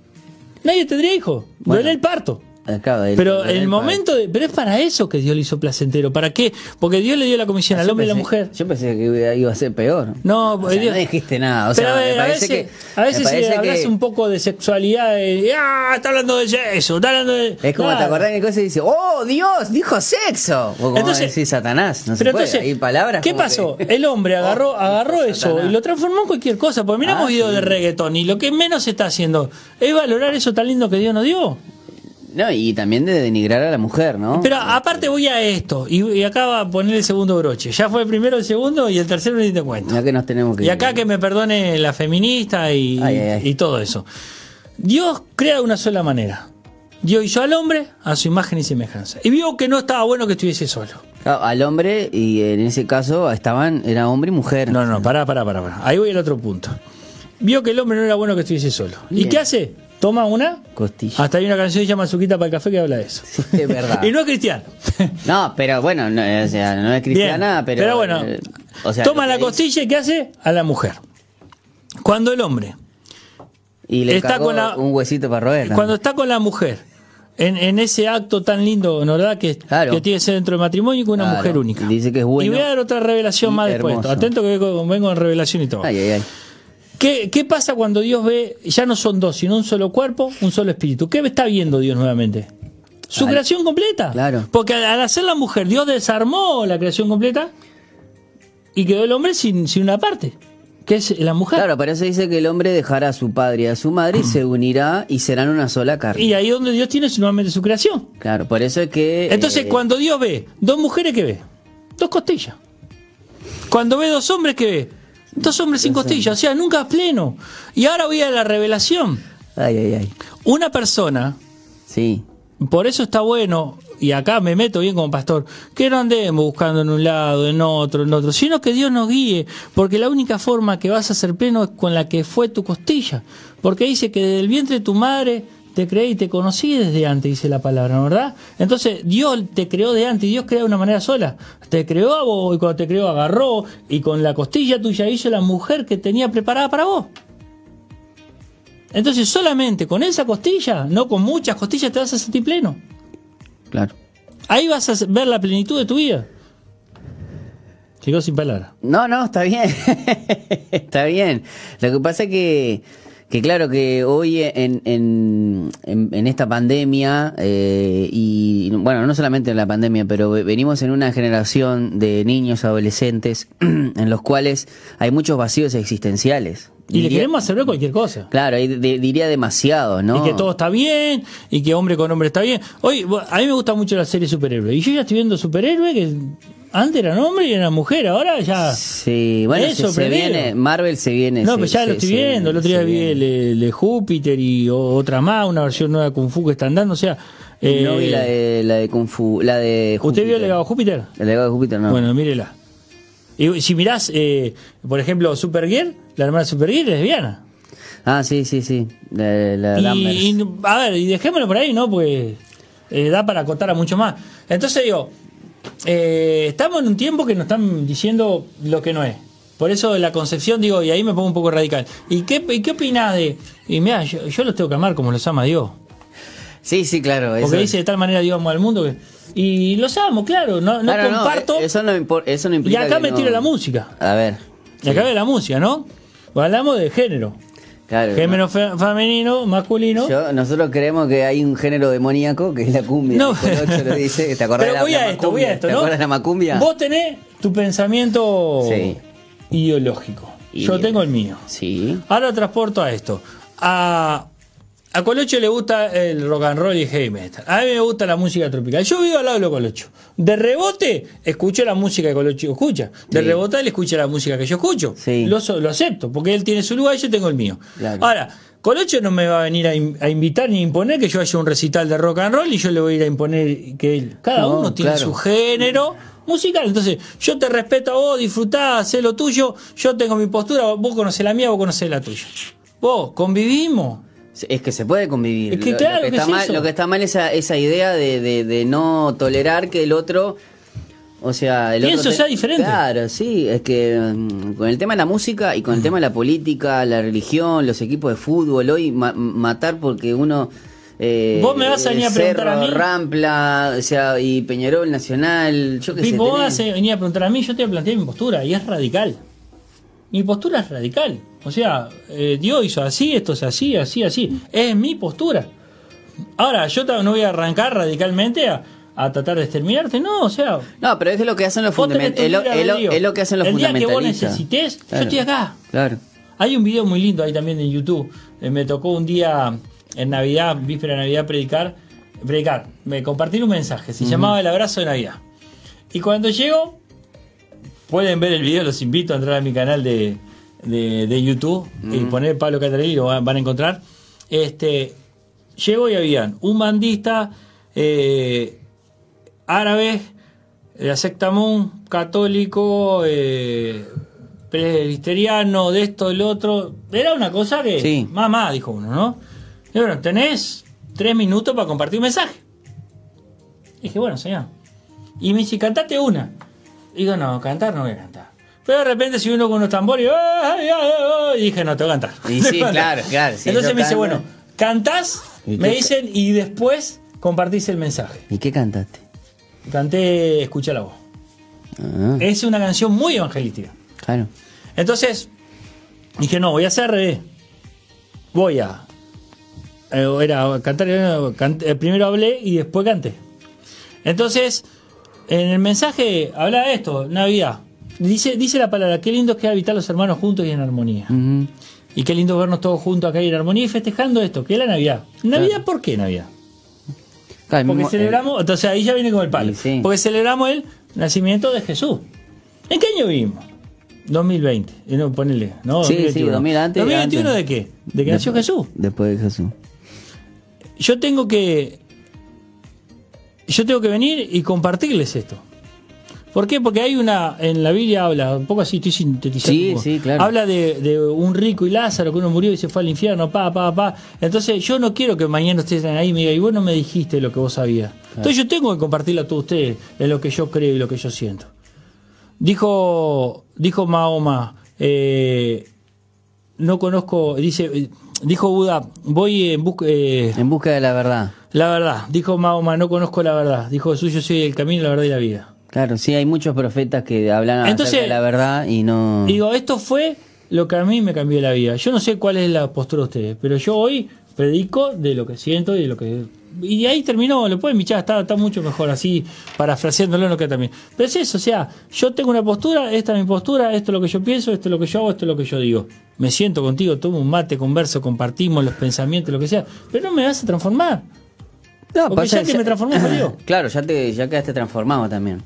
nadie tendría hijo. Bueno. Duele el parto. Eh, Claro, el- Pero el- el momento, de- pero es para eso que Dios le hizo placentero. ¿Para qué? Porque Dios le dio la comisión al Yo hombre y a la pensé- mujer. Yo pensé que iba a ser peor. No, pues, O sea, Dios- no dijiste nada. O Pero eh, sea, a, ver, me a parece veces, que. a me veces si parece hablas que un poco de sexualidad, eh, ah, está hablando de eso, está hablando de. Es como Nada. te acordás que cosa y dices, ¡Oh, Dios! ¡Dijo sexo! O como Entonces- decís Satanás. No se Pero puede. entonces, Hay palabras. ¿qué como pasó? que- El hombre agarró, Oh, agarró dijo eso Satanás. y lo transformó en cualquier cosa. Porque miramos Ah, videos sí. de reggaetón y lo que menos se está haciendo es valorar eso tan lindo que Dios nos dio. No, y también de denigrar a la mujer, ¿no? Pero aparte voy a esto y, y acá va a poner el segundo broche. Ya fue el primero, el segundo y el tercero ni te cuento. Ya que nos tenemos que. Y acá que me perdone la feminista y, Ay, ay, ay. y todo eso. Dios crea de una sola manera. Dios hizo al hombre a su imagen y semejanza. Y vio que no estaba bueno que estuviese solo. Claro, Al hombre, y en ese caso estaban, era hombre y mujer. No, no, pará, pará, pará. pará. Ahí voy al otro punto. Vio que el hombre no era bueno que estuviese solo. ¿Y Bien. qué hace? Toma una. Costilla. Hasta hay una canción que se llama Suquita para el Café que habla de eso. Sí, es verdad. Ah. y no es cristiano. No, pero bueno, no, o sea, no es cristiana, Bien, pero. bueno, eh, o sea, toma lo la que dice- costilla y ¿qué hace? A la mujer. Cuando el hombre Y le está cagó con la- un huesito para roer. Cuando está con la mujer, en, en ese acto tan lindo, ¿no verdad? Que, Claro. que tiene que ser dentro del matrimonio y con una Claro. mujer única. Dice que es bueno Y voy a dar otra revelación y más después. hermoso. Atento que vengo, vengo en revelación y todo. Ay, ay, ay. ¿Qué, qué pasa cuando Dios ve, ya no son dos, sino un solo cuerpo, un solo espíritu? ¿Qué está viendo Dios nuevamente? Su Al- creación completa. Claro. Porque al, al hacer la mujer, Dios desarmó la creación completa y quedó el hombre sin, sin una parte, que es la mujer. Claro, para eso dice que el hombre dejará a su padre y a su madre y se unirá y serán una sola carne. Y ahí es donde Dios tiene su- nuevamente su creación. Claro, por eso es que. Entonces, eh, cuando Dios ve dos mujeres, ¿qué ve? Dos costillas. Cuando ve dos hombres, ¿qué ve? Dos hombres sin costillas. O sea, nunca pleno. Y ahora voy a la revelación. Ay, ay, ay. Una persona, Sí. por eso está bueno, y acá me meto bien como pastor, que no andemos buscando en un lado, en otro, en otro, sino que Dios nos guíe, porque la única forma que vas a ser pleno es con la que fue tu costilla. Porque dice que desde el vientre de tu madre te creé y te conocí desde antes, dice la palabra, ¿no verdad? Entonces Dios te creó de antes y Dios crea de una manera sola. Te creó a vos y cuando te creó agarró y con la costilla tuya hizo la mujer que tenía preparada para vos. Entonces solamente con esa costilla, no con muchas costillas, te vas a sentir pleno. Claro. Ahí vas a ver la plenitud de tu vida. Llegó sin palabras. No, no, está bien. está bien. Lo que pasa es que, que claro, que hoy en, en, en- en esta pandemia, eh, y bueno, no solamente en la pandemia, pero ve- venimos en una generación de niños, adolescentes, en los cuales hay muchos vacíos existenciales. Y le Diría- queremos hacer ver cualquier cosa. Claro, y de- diría demasiado, ¿no? Y que todo está bien, y que hombre con hombre está bien. Hoy, bo- a mí me gusta mucho la serie superhéroe. Y yo ya estoy viendo superhéroe que antes eran hombre y eran mujer, ahora ya. Sí, bueno, Eso, se, se prefiero. viene, Marvel se viene. No, se- pero ya se- lo estoy se- viendo. El otro día se vi viene. el, el de Júpiter y o- otra más, una versión nueva de Kung Fu que están dando. O sea, eh, no vi la de, la de Kung Fu, la de ¿usted vio el legado de Júpiter? El legado de Júpiter, no. Bueno, mírela. Y si mirás, eh, por ejemplo, Supergirl, la hermana de Supergirl es lesbiana. Ah, sí, sí, sí. La, la Danvers. Y, y, a ver, y dejémoslo por ahí, ¿no? Pues eh, da para acotar a mucho más. Entonces digo, eh, estamos en un tiempo que nos están diciendo lo que no es. Por eso la concepción, digo, y ahí me pongo un poco radical. ¿Y qué, y qué opinás de.? Y mira, yo, yo los tengo que amar como los ama Dios. Sí, sí, claro. Porque eso- dice de tal manera Dios amó al mundo que. Y los amo, claro, no, no Claro, comparto. eh, eso, no impor- eso no y implica. acá que me no- tiro la música. A ver. Y acá ve la música, ¿no? Hablamos de género. Claro. Género fe- femenino, masculino. Yo- nosotros creemos que hay un género demoníaco que es la cumbia. No. El Colocho lo dice. ¿Te acordás Pero de la, voy la a esto, voy a macumbia? esto, ¿Te ¿no? acordás de la macumbia? Vos tenés tu pensamiento Sí. ideológico. Y- Yo tengo el mío. Sí. Ahora transporto a esto. A, a Colocho le gusta el rock and roll y heavy metal. A mí me gusta la música tropical. Yo vivo al lado de lo Colocho. De rebote, escucho la música que Colocho escucha. De Sí. rebote, él escucha la música que yo escucho. Sí. Lo, so- lo acepto, porque él tiene su lugar y yo tengo el mío. Claro. Ahora, Colocho no me va a venir a, in- a invitar ni a imponer que yo haya un recital de rock and roll y yo le voy a ir a imponer que él. Cada No, uno tiene claro. su género musical. Entonces, yo te respeto a vos, disfrutá, hacé lo tuyo, yo tengo mi postura, vos conocés la mía, vos conocés la tuya. Vos, convivimos. Es que se puede convivir. Es que Lo- claro lo, que que está es mal, eso. lo que está mal es esa, esa idea de, de- de no tolerar que el otro. O sea, el Pienso otro. sea diferente. Claro, sí. Es que mm, con el tema de la música y con el tema de la política, la religión, los equipos de fútbol, hoy ma- matar porque uno. eh, Vos me vas a venir a preguntar Cerro, a mí. Rampla, o sea, y Peñarol Nacional, yo qué sé. Pipo, vos tenés- vas a venir a preguntar a mí, yo te voy a plantear mi postura, y es radical. Mi postura es radical. O sea, eh, Dios hizo así, esto es así, así, así. Es mi postura. Ahora, yo ta- no voy a arrancar radicalmente a, a tratar de exterminarte, no, o sea, No, pero es lo que hacen los vos tenés fundamentalistas. Es, tu lo- libre es lo- albedrío. es lo que hacen los El día que vos fundamentalistas. necesites, yo Claro. estoy acá. Claro. Hay un video muy lindo ahí también en YouTube. Eh, Me tocó un día en Navidad, víspera de Navidad, predicar. Predicar, me compartir un mensaje. Se llamaba El abrazo de Navidad. Y cuando llego, pueden ver el video, los invito a entrar a mi canal de, de- de YouTube y poner Pablo Catarelli, lo van, van a encontrar. Este, llego y habían un bandista, eh, árabe, de la secta Moon, católico, eh, presbiteriano, de esto, del otro. Era una cosa que. Sí. Mamá, dijo uno, ¿no? Y bueno, tenés tres minutos para compartir un mensaje. Dije, bueno, señor. Y me dice, cantate una. Digo, no, cantar no voy a cantar. Pero de repente si uno con unos tambores, ¡ay, ay, ay! y dije, no, te voy a cantar. Y sí, claro, claro, si Entonces yo me dice, canto- bueno, cantás, Y me tú- dicen, y después compartís el mensaje. ¿Y qué cantaste? Canté Escucha la voz. Ah, Es una canción muy evangelística. claro. Entonces, dije, no, voy a hacer al revés. Voy a. eh, era cantar. eh, can- eh, primero hablé y después canté. Entonces, en el mensaje habla de esto: Navidad. Dice, dice la palabra: qué lindo es que habitar los hermanos juntos y en armonía. Ujú. Y qué lindo vernos todos juntos acá y en armonía y festejando esto, que es la Navidad. ¿Navidad por qué Navidad? Claro, el Porque mismo- eh, celebramos, entonces ahí ya viene con el palo. Y sí. Porque celebramos el nacimiento de Jesús. ¿En qué año vivimos? 2020. Eh, No, ponele. No, Sí, sí, 2000 antes, 2021 antes. de qué? De que nació Jesús. Después eh, de Jesús. Yo tengo que. Yo tengo que venir y compartirles esto. ¿Por qué? Porque hay una, en la Biblia habla, un poco así estoy sintetizando. Sí, un poco. sí, claro. Habla de, de un rico y Lázaro, que uno murió y se fue al infierno, pa, pa, pa. Entonces yo no quiero que mañana ustedes estén ahí y me digan, y vos no me dijiste lo que vos sabías. Entonces yo tengo que compartirlo a todos ustedes, en lo que yo creo y lo que yo siento. Dijo, dijo Mahoma, eh, no conozco, dice, eh, dijo Buda, voy en busca... eh, En busca de la verdad. la verdad, dijo Mahoma, no conozco la verdad. Dijo Jesús, yo soy el camino, la verdad y la vida. Claro, sí, hay muchos profetas que hablan acerca Entonces- de la verdad y no. Digo, esto fue lo que a mí me cambió la vida. Yo no sé cuál es la postura de ustedes, pero yo hoy predico de lo que siento y de lo que... Y ahí terminó, lo pueden michar, está, está mucho mejor así, parafraseándolo en lo que también. Pero es eso, o sea, yo tengo una postura, esta es mi postura, esto es lo que yo pienso, esto es lo que yo hago, esto es lo que yo digo. Me siento contigo, tomo un mate, converso, compartimos los pensamientos, lo que sea, pero no me vas a transformar. No, Porque ya que me transformé, salió. Claro, ya, te, ya quedaste transformado también.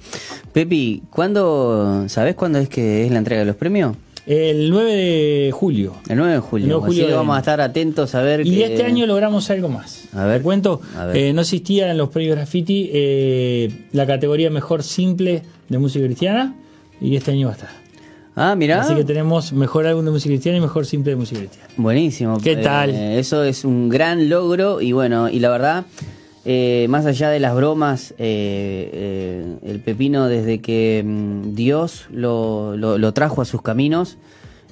Pepi, ¿cuándo, ¿sabés cuándo es que es la entrega de los premios? El 9 de julio. El 9 de julio. El 9 de Así julio que del- vamos a estar atentos a ver Y que- este año logramos algo más. Eh, A ver. Te cuento, A ver. eh, no existía en los premios graffiti eh, la categoría mejor simple de música cristiana y este año va a estar. Ah, mirá. Así que tenemos mejor álbum de música cristiana y mejor simple de música cristiana. Buenísimo. Eh, ¿Qué tal? Eso es un gran logro y bueno, y la verdad, eh, más allá de las bromas, eh, eh, el pepino desde que mm, Dios lo, lo- lo trajo a sus caminos,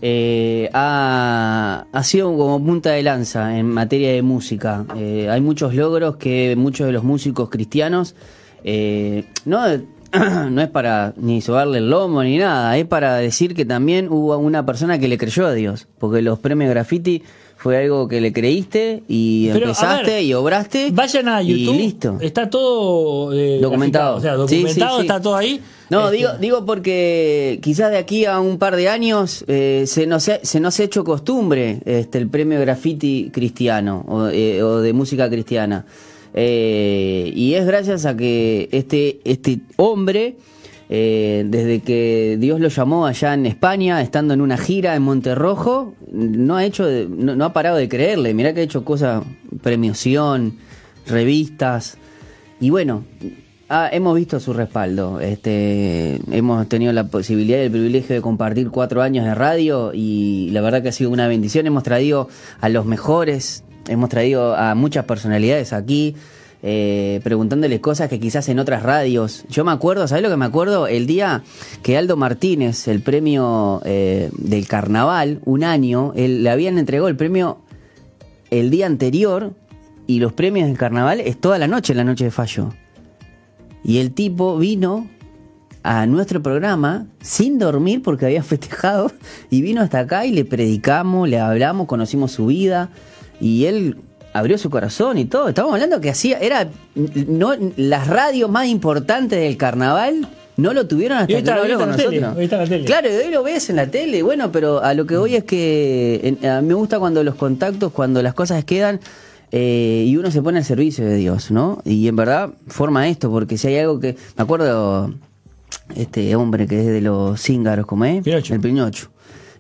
eh, ha, ha sido como punta de lanza en materia de música. Eh, hay muchos logros que muchos de los músicos cristianos, eh, no, no es para ni sobarle el lomo ni nada, es para decir que también hubo una persona que le creyó a Dios, porque los premios graffiti fue algo que le creíste y Pero, a empezaste ver, y obraste. Vayan a YouTube. Y listo. Está todo eh, Documentado. graficado, O sea, Sí, sí, documentado, sí. está todo ahí. No, Este, digo, digo porque quizás de aquí a un par de años eh, se, nos, ha- se nos ha hecho costumbre este, el premio graffiti cristiano o, eh, o de música cristiana. Eh, y es gracias a que este, este hombre, eh, desde que Dios lo llamó allá en España, estando en una gira en Monterrojo, no ha, hecho de- no, no ha parado de creerle. Mirá que ha hecho cosas, premiación, revistas. Y bueno, ah, hemos visto su respaldo. Este, hemos tenido la posibilidad y el privilegio de compartir cuatro años de radio y la verdad que ha sido una bendición. Hemos traído a los mejores, hemos traído a muchas personalidades aquí. eh, preguntándoles cosas que quizás en otras radios. Yo me acuerdo, ¿sabes lo que me acuerdo? El día que Aldo Martínez, el premio eh, del carnaval, un año, él- le habían entregado el premio el día anterior y los premios del carnaval es toda la noche, la noche de fallo. Y el tipo vino a nuestro programa sin dormir porque había festejado y vino hasta acá y le predicamos, le hablamos, conocimos su vida y él abrió su corazón y todo. Estamos hablando que hacía era no las radios más importantes del carnaval no lo tuvieron hasta Y hoy está- que no hoy habló está con en la tele, nosotros. hoy está en la tele. Claro, hoy lo ves en la tele, bueno, pero a lo que voy es que en- a mí me gusta cuando los contactos, cuando las cosas quedan eh, y uno se pone al servicio de Dios, ¿no? Y en verdad forma esto, porque si hay algo que... Me acuerdo este hombre que es de los cíngaros, ¿cómo es? Pinocho. El Pinocho.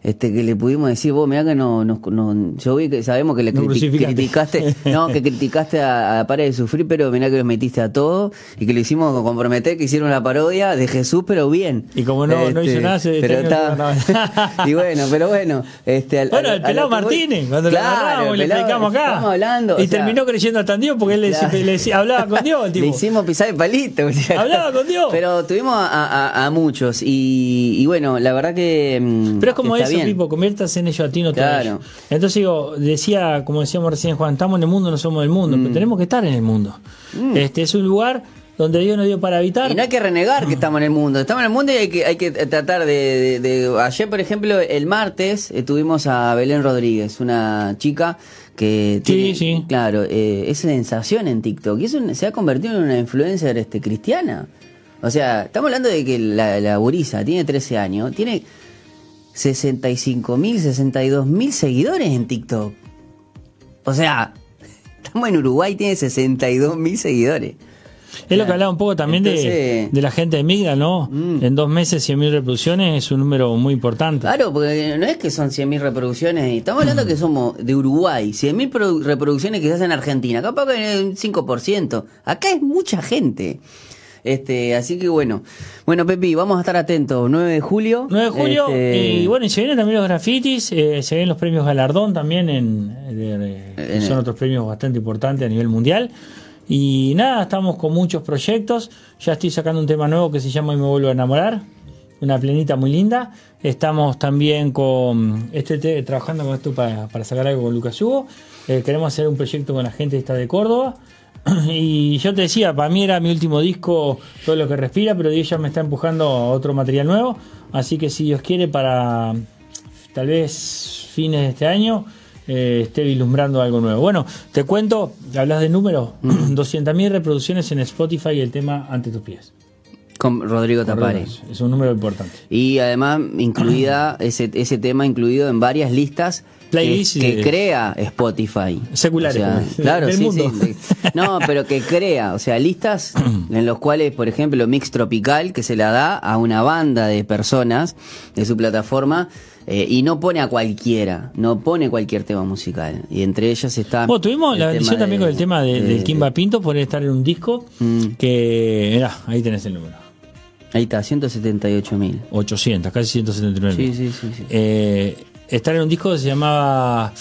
Este, que le pudimos decir, vos mirá que no, no, no- yo vi que sabemos que le No criti- crucificaste. criticaste, no, que criticaste a, a Para de Sufrir, pero mirá que los metiste a todos y que lo hicimos comprometer, que hicieron la parodia de Jesús, pero bien. Y como no- no hizo nada, se Este, pero terminó el está- carnaval. Y bueno, pero bueno. Este, al- Bueno, al- a el lo pelado que voy- Martínez, cuando Claro, lo agarramos y el le pelado, explicamos acá. Estamos hablando. Y o sea, terminó creyendo hasta en Dios porque él le- Claro. le, le- hablaba con Dios, el tipo. Le hicimos pisar el palito. o sea. Hablaba con Dios. Pero tuvimos a, a- a muchos. Y, y bueno, la verdad que. mm, Pero es como está eso, bien. tipo, conviertas en ello a ti, no te Claro. a ellos. Entonces digo, decía, como decíamos recién Juan, estamos en el mundo, no somos del mundo, Mm. pero tenemos que estar en el mundo. Este es un lugar donde Dios nos dio para habitar. Y no hay que renegar que estamos en el mundo. Estamos en el mundo y hay que, hay que tratar de, de- de- Ayer, por ejemplo, el martes eh, tuvimos a Belén Rodríguez, una chica que Sí, tiene- sí. Claro, eh, es sensación en TikTok. Y es un- se ha convertido en una influencer este, cristiana. O sea, estamos hablando de que la, la gurisa tiene 13 años, tiene 65 mil, 62 mil seguidores en TikTok. O sea, estamos en Uruguay, tiene 62 mil seguidores. Es lo que hablaba un poco también de, Entonces- Mm. de la gente de Migda, ¿no? En dos meses, 100.000 reproducciones es un número muy importante. Claro, porque no es que son 100.000 reproducciones, estamos hablando que somos de Uruguay, 100.000 produ- reproducciones que se hacen en Argentina, capaz que en un 5%, acá es mucha gente. Este, así que bueno. Bueno, Pepi, vamos a estar atentos. 9 de julio. 9 de julio, Este, y bueno, y se vienen también los grafitis, eh, se vienen los premios Galardón también, en, de- de- En- son otros premios bastante importantes a nivel mundial. Y nada, estamos con muchos proyectos. Ya estoy sacando un tema nuevo que se llama Y me vuelvo a enamorar. Una plenita muy linda. Estamos también con este te- trabajando con esto para, para sacar algo con Lucas Hugo. Eh, queremos hacer un proyecto con la gente esta de Córdoba. Y yo te decía, para mí era mi último disco, todo lo que respira, pero Dios ya me está empujando a otro material nuevo. Así que si Dios quiere, para tal vez fines de este año eh, esté vislumbrando algo nuevo. Bueno, te cuento, hablas de números, Mm. 200.000 reproducciones en Spotify el tema Ante tus pies. Con Rodrigo Tapari. Es un número importante. Y además, incluida ese, ese tema incluido en varias listas que- Playlist que, de- crea Spotify. Seculares, O sea, pues, claro, del sí, mundo. sí. No, pero que crea, o sea, listas en los cuales, por ejemplo, Mix Tropical, que se la da a una banda de personas de su plataforma, eh, y no pone a cualquiera, no pone cualquier tema musical. Y entre ellas está... Bueno, Oh, tuvimos la Ah, el bendición tema también de- con el tema de- de- Mm. del Kimba Pinto por estar en un disco que, mirá, ahí tenés el número. Ahí está, 178 mil. 800, casi 179. Sí, sí, sí, sí. Eh, estar en un disco que se llamaba.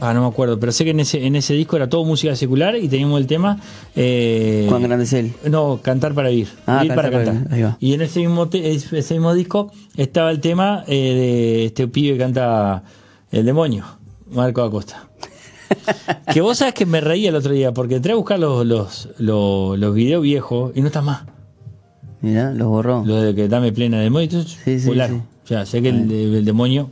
Ah, no me acuerdo, pero sé que en ese, en ese disco era todo música secular y teníamos el tema. eh, Juan Grandesel. No, Cantar para Vivir. Ah, Vivir Cantar para para cantar. Vivir, ahí va. Y en ese mismo, te- es- ese mismo disco estaba el tema eh, de este pibe que canta El demonio, Marco Acosta. que vos sabes que me reí el otro día porque entré a buscar los, los, los, los videos viejos y no está más. Mirá, los borró. Lo de que dame plena demonio, entonces Sí, sí, volar. sí. O sea, sé que el, el demonio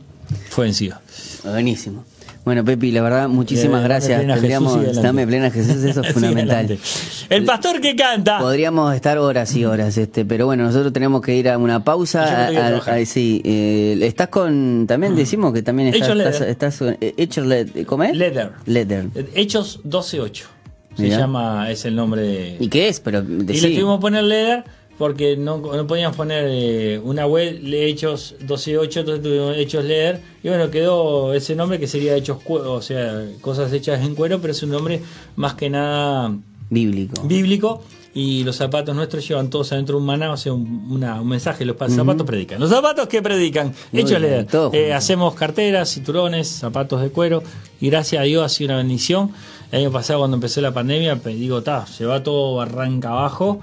fue vencido. Buenísimo. Bueno, Pepi, la verdad, muchísimas Eh, dame gracias. plena Tendríamos- Jesús y adelante. dame plena Jesús, eso es Sí, fundamental. adelante. el pastor que canta. Podríamos estar horas y horas, este, pero bueno, nosotros tenemos que ir a una pausa. Yo me tengo que ir a a- a- trabajar. sí, eh, estás con, también decimos que también estás, Hechos estás, Leather. estás- eh, Hechos Leather, ¿cómo es? Leather. Leather. Hechos 12.8. Se Mirá. llama, es el nombre de... ¿Y qué es? Pero Y decí. le tuvimos que poner leather porque no, no podíamos poner eh, una web le hechos 12.8, entonces tuvimos hechos leather. Y bueno, quedó ese nombre que sería hechos cuero, o sea, cosas hechas en cuero, pero es un nombre más que nada bíblico. Eh. bíblico y los zapatos nuestros llevan todos adentro un maná, o sea, un, una- un mensaje. Los pa- zapatos predican. Los zapatos que predican. Muy Hechos bien, leer. todo Eh, junto. hacemos carteras, cinturones, zapatos de cuero. Y gracias a Dios ha sido una bendición. El año pasado, cuando empezó la pandemia, pe- digo, ta, se va todo barranca abajo.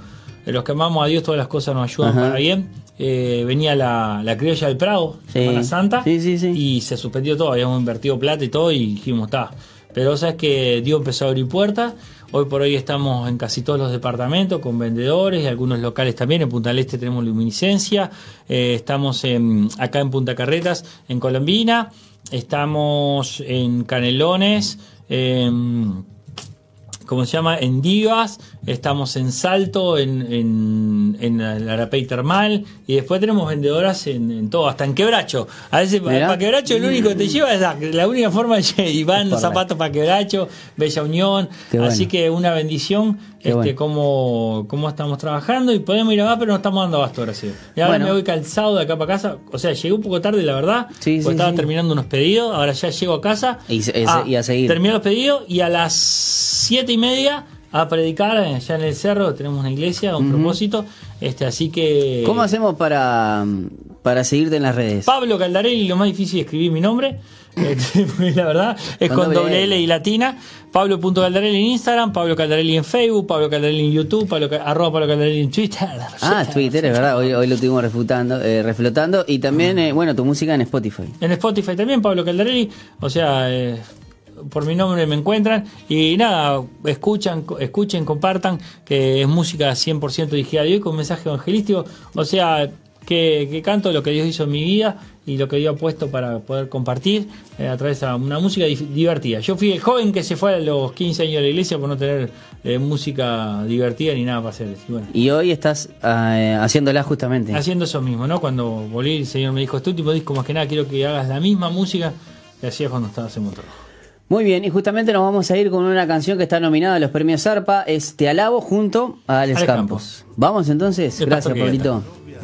Eh, Los que amamos a Dios, todas las cosas nos ayudan Ajá. para bien. Eh, venía la, la criolla del Prado, Sí. Semana Santa. Sí, sí, sí. Y se suspendió todo, habíamos invertido plata y todo y dijimos, está. Pero sabes que Dios empezó a abrir puertas. Hoy por hoy estamos en casi todos los departamentos con vendedores y algunos locales también. En Punta del Este tenemos luminiscencia. eh, estamos en- acá en Punta Carretas, en Colombina. Estamos en Canelones. en ¿cómo se llama? En Divas, estamos en Salto, en, en, en el Arapey Termal, y después tenemos vendedoras en, en todo, hasta en Quebracho. A veces Mirá. para Quebracho el único que te lleva es la, la única forma, de- y van Correcto. zapatos para Quebracho, Bella Unión, Qué bueno. así que una bendición Qué este, bueno. cómo, cómo estamos trabajando, y podemos ir a más, pero no estamos dando abasto ahora sí. Y ahora Bueno. me voy calzado de acá para casa, o sea, llegué un poco tarde, la verdad, Sí, porque sí, estaba sí. terminando unos pedidos, ahora ya llego a casa. Y se- y se- y a seguir. termino los pedidos y a las siete y media a predicar eh, allá en el cerro tenemos una iglesia un propósito este así que ¿Cómo hacemos para, para seguirte en las redes? Pablo Caldarelli lo más difícil es escribir mi nombre este, porque la verdad es Con con, doble doble L L. y latina Pablo.caldarelli en Instagram Pablo Caldarelli en Facebook Pablo Caldarelli en YouTube Pablo, Ca- arroba Pablo Caldarelli en Twitter Ah, Twitter, es verdad, hoy, hoy lo tuvimos refutando, eh, reflotando. Y también, Ah. eh, bueno, tu música en Spotify. En Spotify también, Pablo Caldarelli. O sea, eh, por mi nombre me encuentran. Y nada, escuchan, co- escuchen, compartan, que es música 100% dirigida a Dios y con mensaje evangelístico. O sea, que, que canto lo que Dios hizo en mi vida y lo que Dios ha puesto para poder compartir eh, a través de una música dif- divertida. Yo fui el joven que se fue a los 15 años de la iglesia por no tener eh, música divertida ni nada para hacer. Y bueno, Y hoy estás eh, haciéndola justamente. haciendo eso mismo, ¿no? Cuando volví, el Señor me dijo, este último disco más que nada quiero que hagas la misma música que hacías cuando estabas en Monterrey. Muy bien, y justamente nos vamos a ir con una canción que está nominada a los premios Zarpa, es Te Alabo junto a Alex, Alex Campos. Campos. Vamos entonces, El gracias pastor que Pablito. canta.